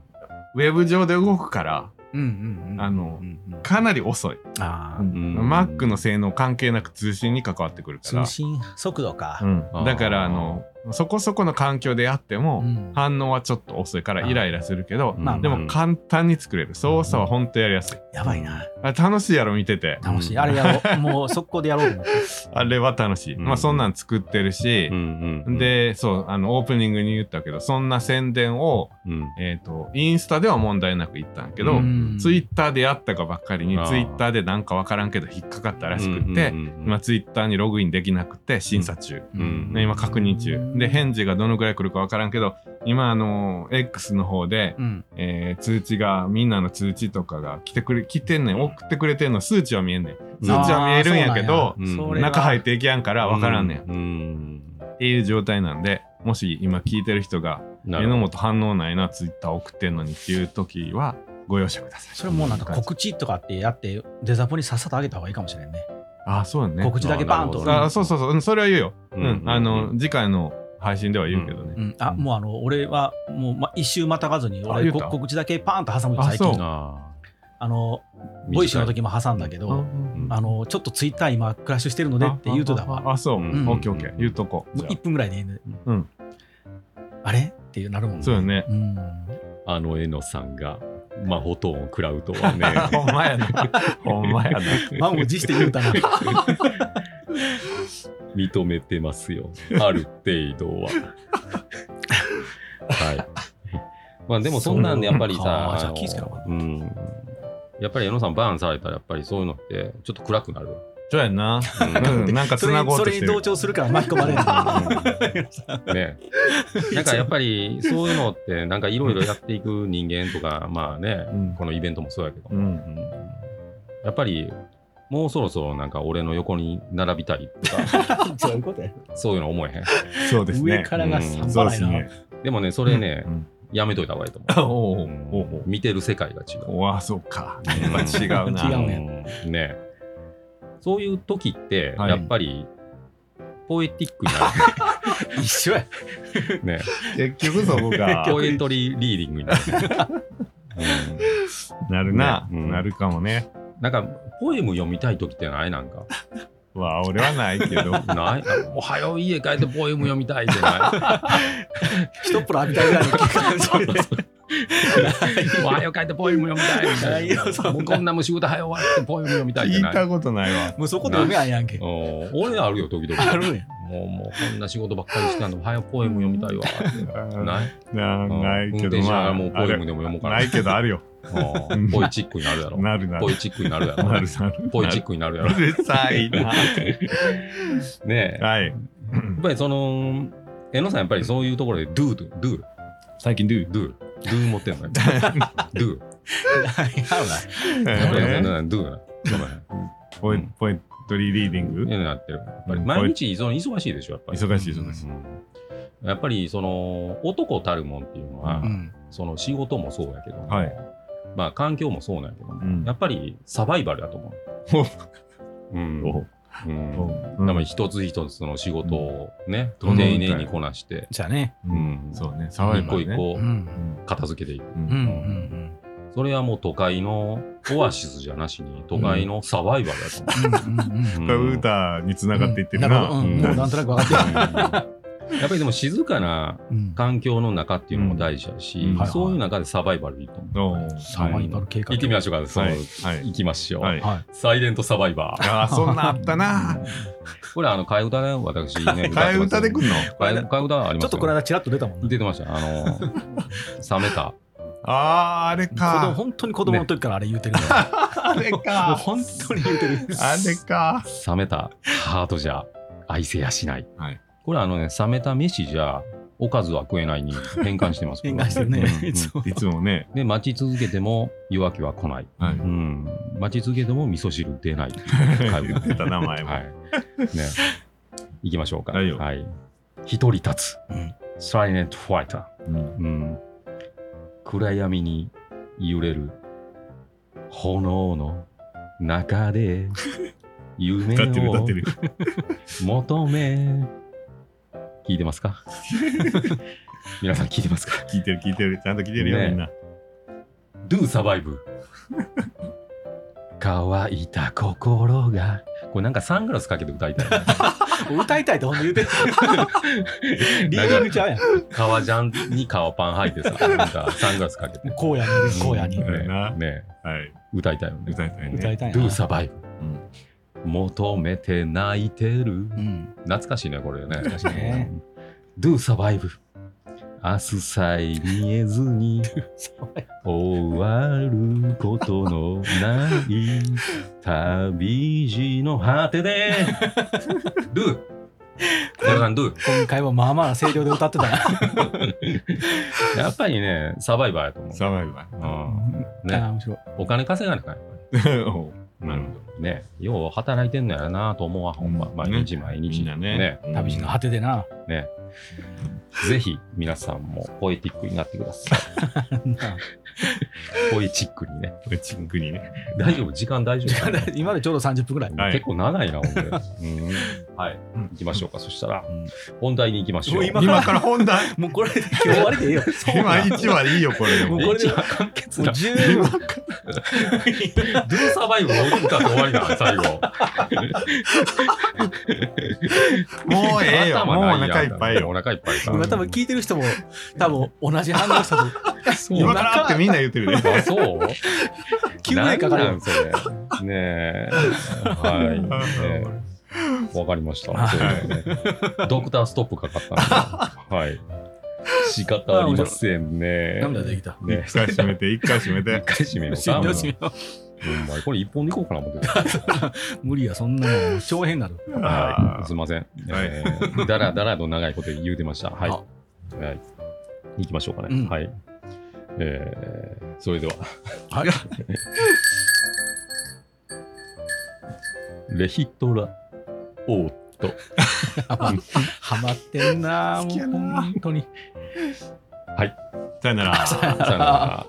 Speaker 2: ウェブ上で動くから
Speaker 3: うん。うん。
Speaker 2: あの
Speaker 3: うん、うん
Speaker 2: かなり遅い、
Speaker 3: あ
Speaker 2: う
Speaker 3: ー
Speaker 2: ん
Speaker 1: うん
Speaker 2: Mac の性能関係なく通信に関わってくるから
Speaker 3: 通信速度か。
Speaker 2: うん、だからあのそこそこの環境であっても、
Speaker 3: うん
Speaker 2: 反応はちょっと遅いからイライラするけど、
Speaker 3: まあ
Speaker 2: でも簡単に作れる操作はほんとやりやすい、
Speaker 3: やばいな。
Speaker 2: あ楽しいやろ見てて
Speaker 3: 楽し
Speaker 1: う
Speaker 3: い。
Speaker 1: ん
Speaker 3: あれやろう。 (laughs) もう速攻でやろうと思って。
Speaker 2: あれは楽しい、
Speaker 1: うん
Speaker 2: まあそんなん作ってるし
Speaker 1: う、んうん、
Speaker 2: でそうあのオープニングに言ったけどそんな宣伝を、
Speaker 1: うん、
Speaker 2: えー、とインスタでは問題なく言ったんやけど、
Speaker 1: うん
Speaker 2: ツイッターでやったかばっかりに
Speaker 1: あー
Speaker 2: ツイッターでなんかわからんけど引っかかったらしくって、
Speaker 1: うんうんうんうん
Speaker 2: 今ツイッターにログインできなくて審査中、
Speaker 1: ん
Speaker 2: ね今確認中で返事がどのぐらい来るかわからんけど今あの X の方で、
Speaker 3: うん。
Speaker 2: えー通知がみんなの通知とかが来てくれ来てんねん送ってくれてんの数値は見えんねん
Speaker 1: うん
Speaker 2: 通知は見えるんやけど
Speaker 3: あーそうなんやそ
Speaker 1: こ
Speaker 3: れは
Speaker 2: 中入っていけやんからわからんねん、っ
Speaker 1: うん。
Speaker 2: ていう状態なんでもし今聞いてる人が
Speaker 1: な
Speaker 2: 榎
Speaker 1: るほど
Speaker 2: 本反応ないなツイッター送ってんのにっていう時はご容赦ください
Speaker 3: それもうなんか告知とかってやって、デザポにさっさとあげた方がいいかもしれんね。
Speaker 2: ああそうだね
Speaker 3: 告知だけバーンと。
Speaker 1: あ
Speaker 2: あーそうそうそう、うん、それは言うよ、
Speaker 1: う
Speaker 2: うんんあの次回の配信では言うけどね。
Speaker 3: うん、あ、
Speaker 2: うん
Speaker 3: もうあの俺はもう、ま、一周またがずに
Speaker 2: あ
Speaker 3: 俺
Speaker 2: 言う
Speaker 3: こ
Speaker 2: た
Speaker 3: 告知だけパーンと挟むよ
Speaker 2: あ
Speaker 3: 最近
Speaker 2: そう
Speaker 1: あ
Speaker 3: あの
Speaker 1: あ
Speaker 3: ボイシーの時も挟んだけど、
Speaker 2: うん
Speaker 3: あのちょっとツイッター今クラッシュしてるのでって言うとだわ
Speaker 2: あ、あそう。オ
Speaker 1: ん
Speaker 2: ッケーオッケー。言うとこ。
Speaker 3: もう1分ぐらいでいいので、
Speaker 2: うん
Speaker 3: あれってなるもん
Speaker 2: そう
Speaker 3: (laughs)
Speaker 2: よね。
Speaker 3: うん
Speaker 1: あのえのさんが魔法トーンを食らうとはね
Speaker 3: (laughs)
Speaker 2: ほんまやね。 (laughs) ほんまやね。
Speaker 3: 満を持して言うたな
Speaker 2: (laughs)
Speaker 1: 認めてますよある程
Speaker 3: (laughs)
Speaker 1: 度ははいまあでもそんなんでやっぱり
Speaker 3: そうか
Speaker 1: さ
Speaker 3: じゃあ
Speaker 1: の
Speaker 3: 気ぃつけなあかん
Speaker 1: うんやっぱり矢野さんバーンされたらやっぱりそういうのってちょっと暗くなる、
Speaker 2: そうやんな。
Speaker 1: うん
Speaker 2: うんなんか
Speaker 3: それ
Speaker 2: 繋
Speaker 3: に
Speaker 2: ごう
Speaker 3: そ
Speaker 2: と
Speaker 3: れに
Speaker 2: して
Speaker 3: 同
Speaker 2: る。
Speaker 3: 調するから巻き込まれる
Speaker 1: ね、なんかやっぱりそういうのってなんかいろいろやっていく人間とかまあね
Speaker 2: うん
Speaker 1: このイベントもそうやけど、
Speaker 2: うん。
Speaker 1: うんやっぱりもうそろそろなんか俺の横に並びたいと
Speaker 3: (laughs)
Speaker 1: か
Speaker 3: そういうことや
Speaker 1: そういうの思えへん
Speaker 2: そうですね。
Speaker 3: 上からが散
Speaker 2: そう
Speaker 3: まない
Speaker 2: です
Speaker 3: な、
Speaker 2: ね。
Speaker 1: でもねそれね、
Speaker 2: うん
Speaker 1: やめといた方がいいと思う
Speaker 2: おおお
Speaker 1: うん
Speaker 2: おう
Speaker 1: 見てる世界が違う。
Speaker 2: おう。あ、そうか。やっぱ違
Speaker 1: (laughs)
Speaker 2: うな。
Speaker 3: 違うね
Speaker 1: うんねそういう時って、
Speaker 2: はい
Speaker 1: やっぱり、ポエティックにな
Speaker 3: 一緒や
Speaker 1: る。ね、
Speaker 2: 結局そこが。
Speaker 1: ポエトリーリーディングになる。
Speaker 2: なるな。
Speaker 1: ねうん
Speaker 2: なるかもね。
Speaker 1: うんなんか、ポエム読みたい時ってないなんか。
Speaker 2: わ、俺はないけど。
Speaker 1: ないあおはよう、家帰ってポエム読みたいってな
Speaker 3: 一プロ浴びたぐらいの感じで
Speaker 1: い。おはよう、帰ってポエム読みたいみたい
Speaker 3: ないよそんな
Speaker 1: な。もうこんなもう仕事早終わってポエム読みたいって
Speaker 2: 聞い
Speaker 1: ない。
Speaker 2: (laughs) たことないわ。
Speaker 3: もうそこと読めないやんけ
Speaker 1: お俺あるよ、時々。
Speaker 3: あるんや
Speaker 1: もう、もうこんな仕事ばっかりしてんの、おはよう、ポエム読みたいわって。ない
Speaker 2: なないけ
Speaker 1: 運
Speaker 2: ど、
Speaker 1: 転しなが
Speaker 2: ま
Speaker 1: ら
Speaker 2: あ、
Speaker 1: もうポエムでも読もうかな
Speaker 2: あれないけど、あるよ。
Speaker 1: うんポイチックになるやろ。
Speaker 2: なるな
Speaker 1: ポイ
Speaker 2: る。
Speaker 1: チックになるや
Speaker 2: な
Speaker 1: ろ
Speaker 2: る。なる。
Speaker 1: ポイチックになるや
Speaker 2: う
Speaker 1: ろ。
Speaker 2: るさいな。
Speaker 1: ねえ。や
Speaker 2: はい。
Speaker 1: っぱりその、えのさんやっぱりそういうところで、ドゥ、ドゥ、ドゥ、
Speaker 2: 最近、do
Speaker 1: ドゥ、ドゥ持ってんのよ。ドゥ。やっぱり (laughs) えのさんドゥな。ごめん
Speaker 2: (laughs) ポエポエトリーリーディング
Speaker 1: えのなってる。やっぱり
Speaker 2: うん
Speaker 1: 毎日その忙しいでしょ、やっぱり。
Speaker 2: 忙しい忙しい
Speaker 1: うんやっぱりその男たるもんっていうのは
Speaker 3: う、ん
Speaker 1: その仕事もそうやけども
Speaker 2: はい
Speaker 1: まあ環境もそうなんやけども、
Speaker 2: うん
Speaker 1: やっぱりサバイバルだと思
Speaker 2: (laughs)
Speaker 1: う。うん
Speaker 2: お
Speaker 1: うん
Speaker 2: うん
Speaker 1: でも一つ一つの仕事をね、
Speaker 2: う
Speaker 1: 丁
Speaker 2: ん
Speaker 1: 寧にこなして、
Speaker 3: じゃあね
Speaker 1: うん
Speaker 2: そうね、サバイ
Speaker 1: 一
Speaker 2: バ
Speaker 1: 個
Speaker 2: ル
Speaker 1: 一
Speaker 2: ね。
Speaker 1: 個
Speaker 3: うん
Speaker 1: 片付けていく。
Speaker 2: うん
Speaker 3: うんうん
Speaker 1: それはもう都会のオアシスじゃなしに、都会のサバイバルだと思
Speaker 3: うんうんうん
Speaker 1: う。
Speaker 2: (laughs) これ
Speaker 1: うん
Speaker 2: 歌に繋がっていってる
Speaker 3: なるほど
Speaker 2: な。
Speaker 3: うんもうなんとなく分かってる
Speaker 1: やっぱりでも静かな
Speaker 3: うん
Speaker 1: 環境の中っていうのも大事だし、
Speaker 2: うん
Speaker 3: はいはい
Speaker 1: そういう中でサバイバルいいと思う。
Speaker 2: おー
Speaker 3: サバイバル計画
Speaker 1: 行ってみましょうか、その
Speaker 2: はいはい
Speaker 1: 行きましょう、
Speaker 2: はい。
Speaker 3: は
Speaker 1: サイレントサバイバー。
Speaker 2: ああ、そんなあったな。
Speaker 1: これ、あの、替え歌ね、私ね、
Speaker 3: (laughs)
Speaker 2: 替え歌で
Speaker 1: く
Speaker 2: 来んの
Speaker 1: 替え替え歌あります
Speaker 3: い
Speaker 1: よ
Speaker 3: ちょっとこの間チラッと出たもんね
Speaker 1: 出てました。あの、冷めた。
Speaker 2: ああ、あれ
Speaker 3: 子供
Speaker 2: か。
Speaker 3: 本当に子供の時からあれ言うてるのよ
Speaker 2: あれ
Speaker 3: もう
Speaker 2: か。
Speaker 3: 本当に言うてる
Speaker 2: あれか。
Speaker 1: 冷めたハートじゃ愛せやしない。
Speaker 2: はい
Speaker 1: これあのね、冷めた飯じゃおかずは食えないに変換して
Speaker 3: (laughs)
Speaker 1: ます。
Speaker 3: 変換してる
Speaker 1: うん
Speaker 3: ね
Speaker 1: うん
Speaker 3: いつも
Speaker 2: いつもね。
Speaker 1: で、待ち続けても夜明けは来ない。。
Speaker 2: はいう
Speaker 1: ん。待ち続けても味噌汁出ない。はい
Speaker 2: 言ってた名
Speaker 3: (laughs)
Speaker 2: 前も
Speaker 1: は。い。ね。行きましょうか。
Speaker 2: はいよ
Speaker 1: はい。一人立つ。
Speaker 3: うん
Speaker 1: サイレントファイター。うん。暗闇に揺れる炎の中
Speaker 2: (laughs)
Speaker 1: で夢
Speaker 2: 歌ってる歌っ
Speaker 1: を
Speaker 2: てる。
Speaker 1: 求め聞いてます
Speaker 2: (laughs)
Speaker 1: か皆さん聞いてますか
Speaker 2: 聞いてる聞いてる。ちゃんと聞いてるよ、
Speaker 1: ね
Speaker 2: みんな。
Speaker 1: ?Do survive 乾いた心がこれなんかサングラスかけて歌い
Speaker 2: (laughs)
Speaker 1: たいな
Speaker 3: 歌いたいってほんと言うてるリアルちゃうやん
Speaker 1: 革ジャンに革パン履いてさなんかサングラスかけ
Speaker 2: (laughs)
Speaker 1: て
Speaker 3: 荒野に荒野に
Speaker 2: だよな
Speaker 1: ねね
Speaker 2: はい。
Speaker 1: 歌いたいよね
Speaker 2: 歌いたい
Speaker 3: 歌
Speaker 2: ね。
Speaker 3: いたい
Speaker 1: Do
Speaker 3: な
Speaker 1: survive 求めて泣いてる
Speaker 3: うん
Speaker 1: 懐かしいねこれね
Speaker 3: 懐かしいね
Speaker 1: Do survive 明日さえ見えずに終わることのない旅路の果て
Speaker 2: (laughs)
Speaker 1: で Do 皆さん Do
Speaker 3: 今回もまあまあな声量で歌ってたな
Speaker 1: やっぱりねサバイバーやと思う
Speaker 2: サバイバ
Speaker 1: うん
Speaker 3: あ
Speaker 1: ね
Speaker 3: ー面白い
Speaker 1: お金稼がなきゃやっぱり
Speaker 2: ル。 (laughs) おうなるほど。
Speaker 1: ねよう働いてんのやろなと思うわほんま
Speaker 2: うん
Speaker 1: 毎日毎日
Speaker 2: みんなね。
Speaker 3: 旅路の果てでな
Speaker 1: ねぜひ皆さんもポエティックになってください
Speaker 3: な
Speaker 1: ポエチックにね。
Speaker 2: チンクにね。
Speaker 1: 大丈夫時間大丈夫かな
Speaker 3: (laughs) 今までちょうど30分ぐらい。
Speaker 2: はい
Speaker 1: 結構長いな、ほんで。うんはい。行きましょうか。そしたら、本題に行きましょう。
Speaker 3: もう今
Speaker 2: 今から本題。
Speaker 3: もうこれ、今日終わりでいいよ。
Speaker 2: 今一話でいいよ、これで
Speaker 3: も
Speaker 2: も
Speaker 3: う。これで
Speaker 1: 一話完結
Speaker 3: もう
Speaker 1: だ。
Speaker 3: 十
Speaker 2: 今
Speaker 3: 分
Speaker 2: か
Speaker 1: ドゥサバイブの歌って終わりだ、最後。
Speaker 2: もうええよ。もう
Speaker 1: 頭
Speaker 2: お
Speaker 1: ないやん
Speaker 2: 腹いっぱい
Speaker 1: お
Speaker 2: よ。
Speaker 1: 腹いっぱいか。
Speaker 3: 多分聞いてる人も多分同じ反応したと
Speaker 1: そう
Speaker 2: 今からってみんな言ってる (laughs) で。
Speaker 1: あ、そう
Speaker 3: 9年かか
Speaker 1: なんな
Speaker 3: る
Speaker 1: んそれ。ねえ。はい。ねえわかりました。そうだよね。ドクターストップかかったんで。はい。仕方ありませんね。
Speaker 3: 涙できた
Speaker 1: ね
Speaker 2: 一回閉めて、一回閉め
Speaker 1: 一
Speaker 2: て。
Speaker 1: 回閉めよう
Speaker 3: しん
Speaker 1: か。
Speaker 3: どいしんどい
Speaker 1: うんまいこれ一本でいこうかな、 (laughs) 僕。
Speaker 3: 無理やそんなの長編になる
Speaker 1: はい、す
Speaker 2: あ
Speaker 1: みません。えーだらだ (laughs) らと長いこと言うてました。はい。
Speaker 3: あ
Speaker 1: はい。行きましょうかね。
Speaker 3: うん
Speaker 1: はい。えー、それでは、
Speaker 3: はい
Speaker 1: レヒトラ、おーっと。
Speaker 3: (laughs) ハマってんなもう
Speaker 2: 好きやな
Speaker 3: 本当に
Speaker 2: ーさよなら。
Speaker 1: さよなら。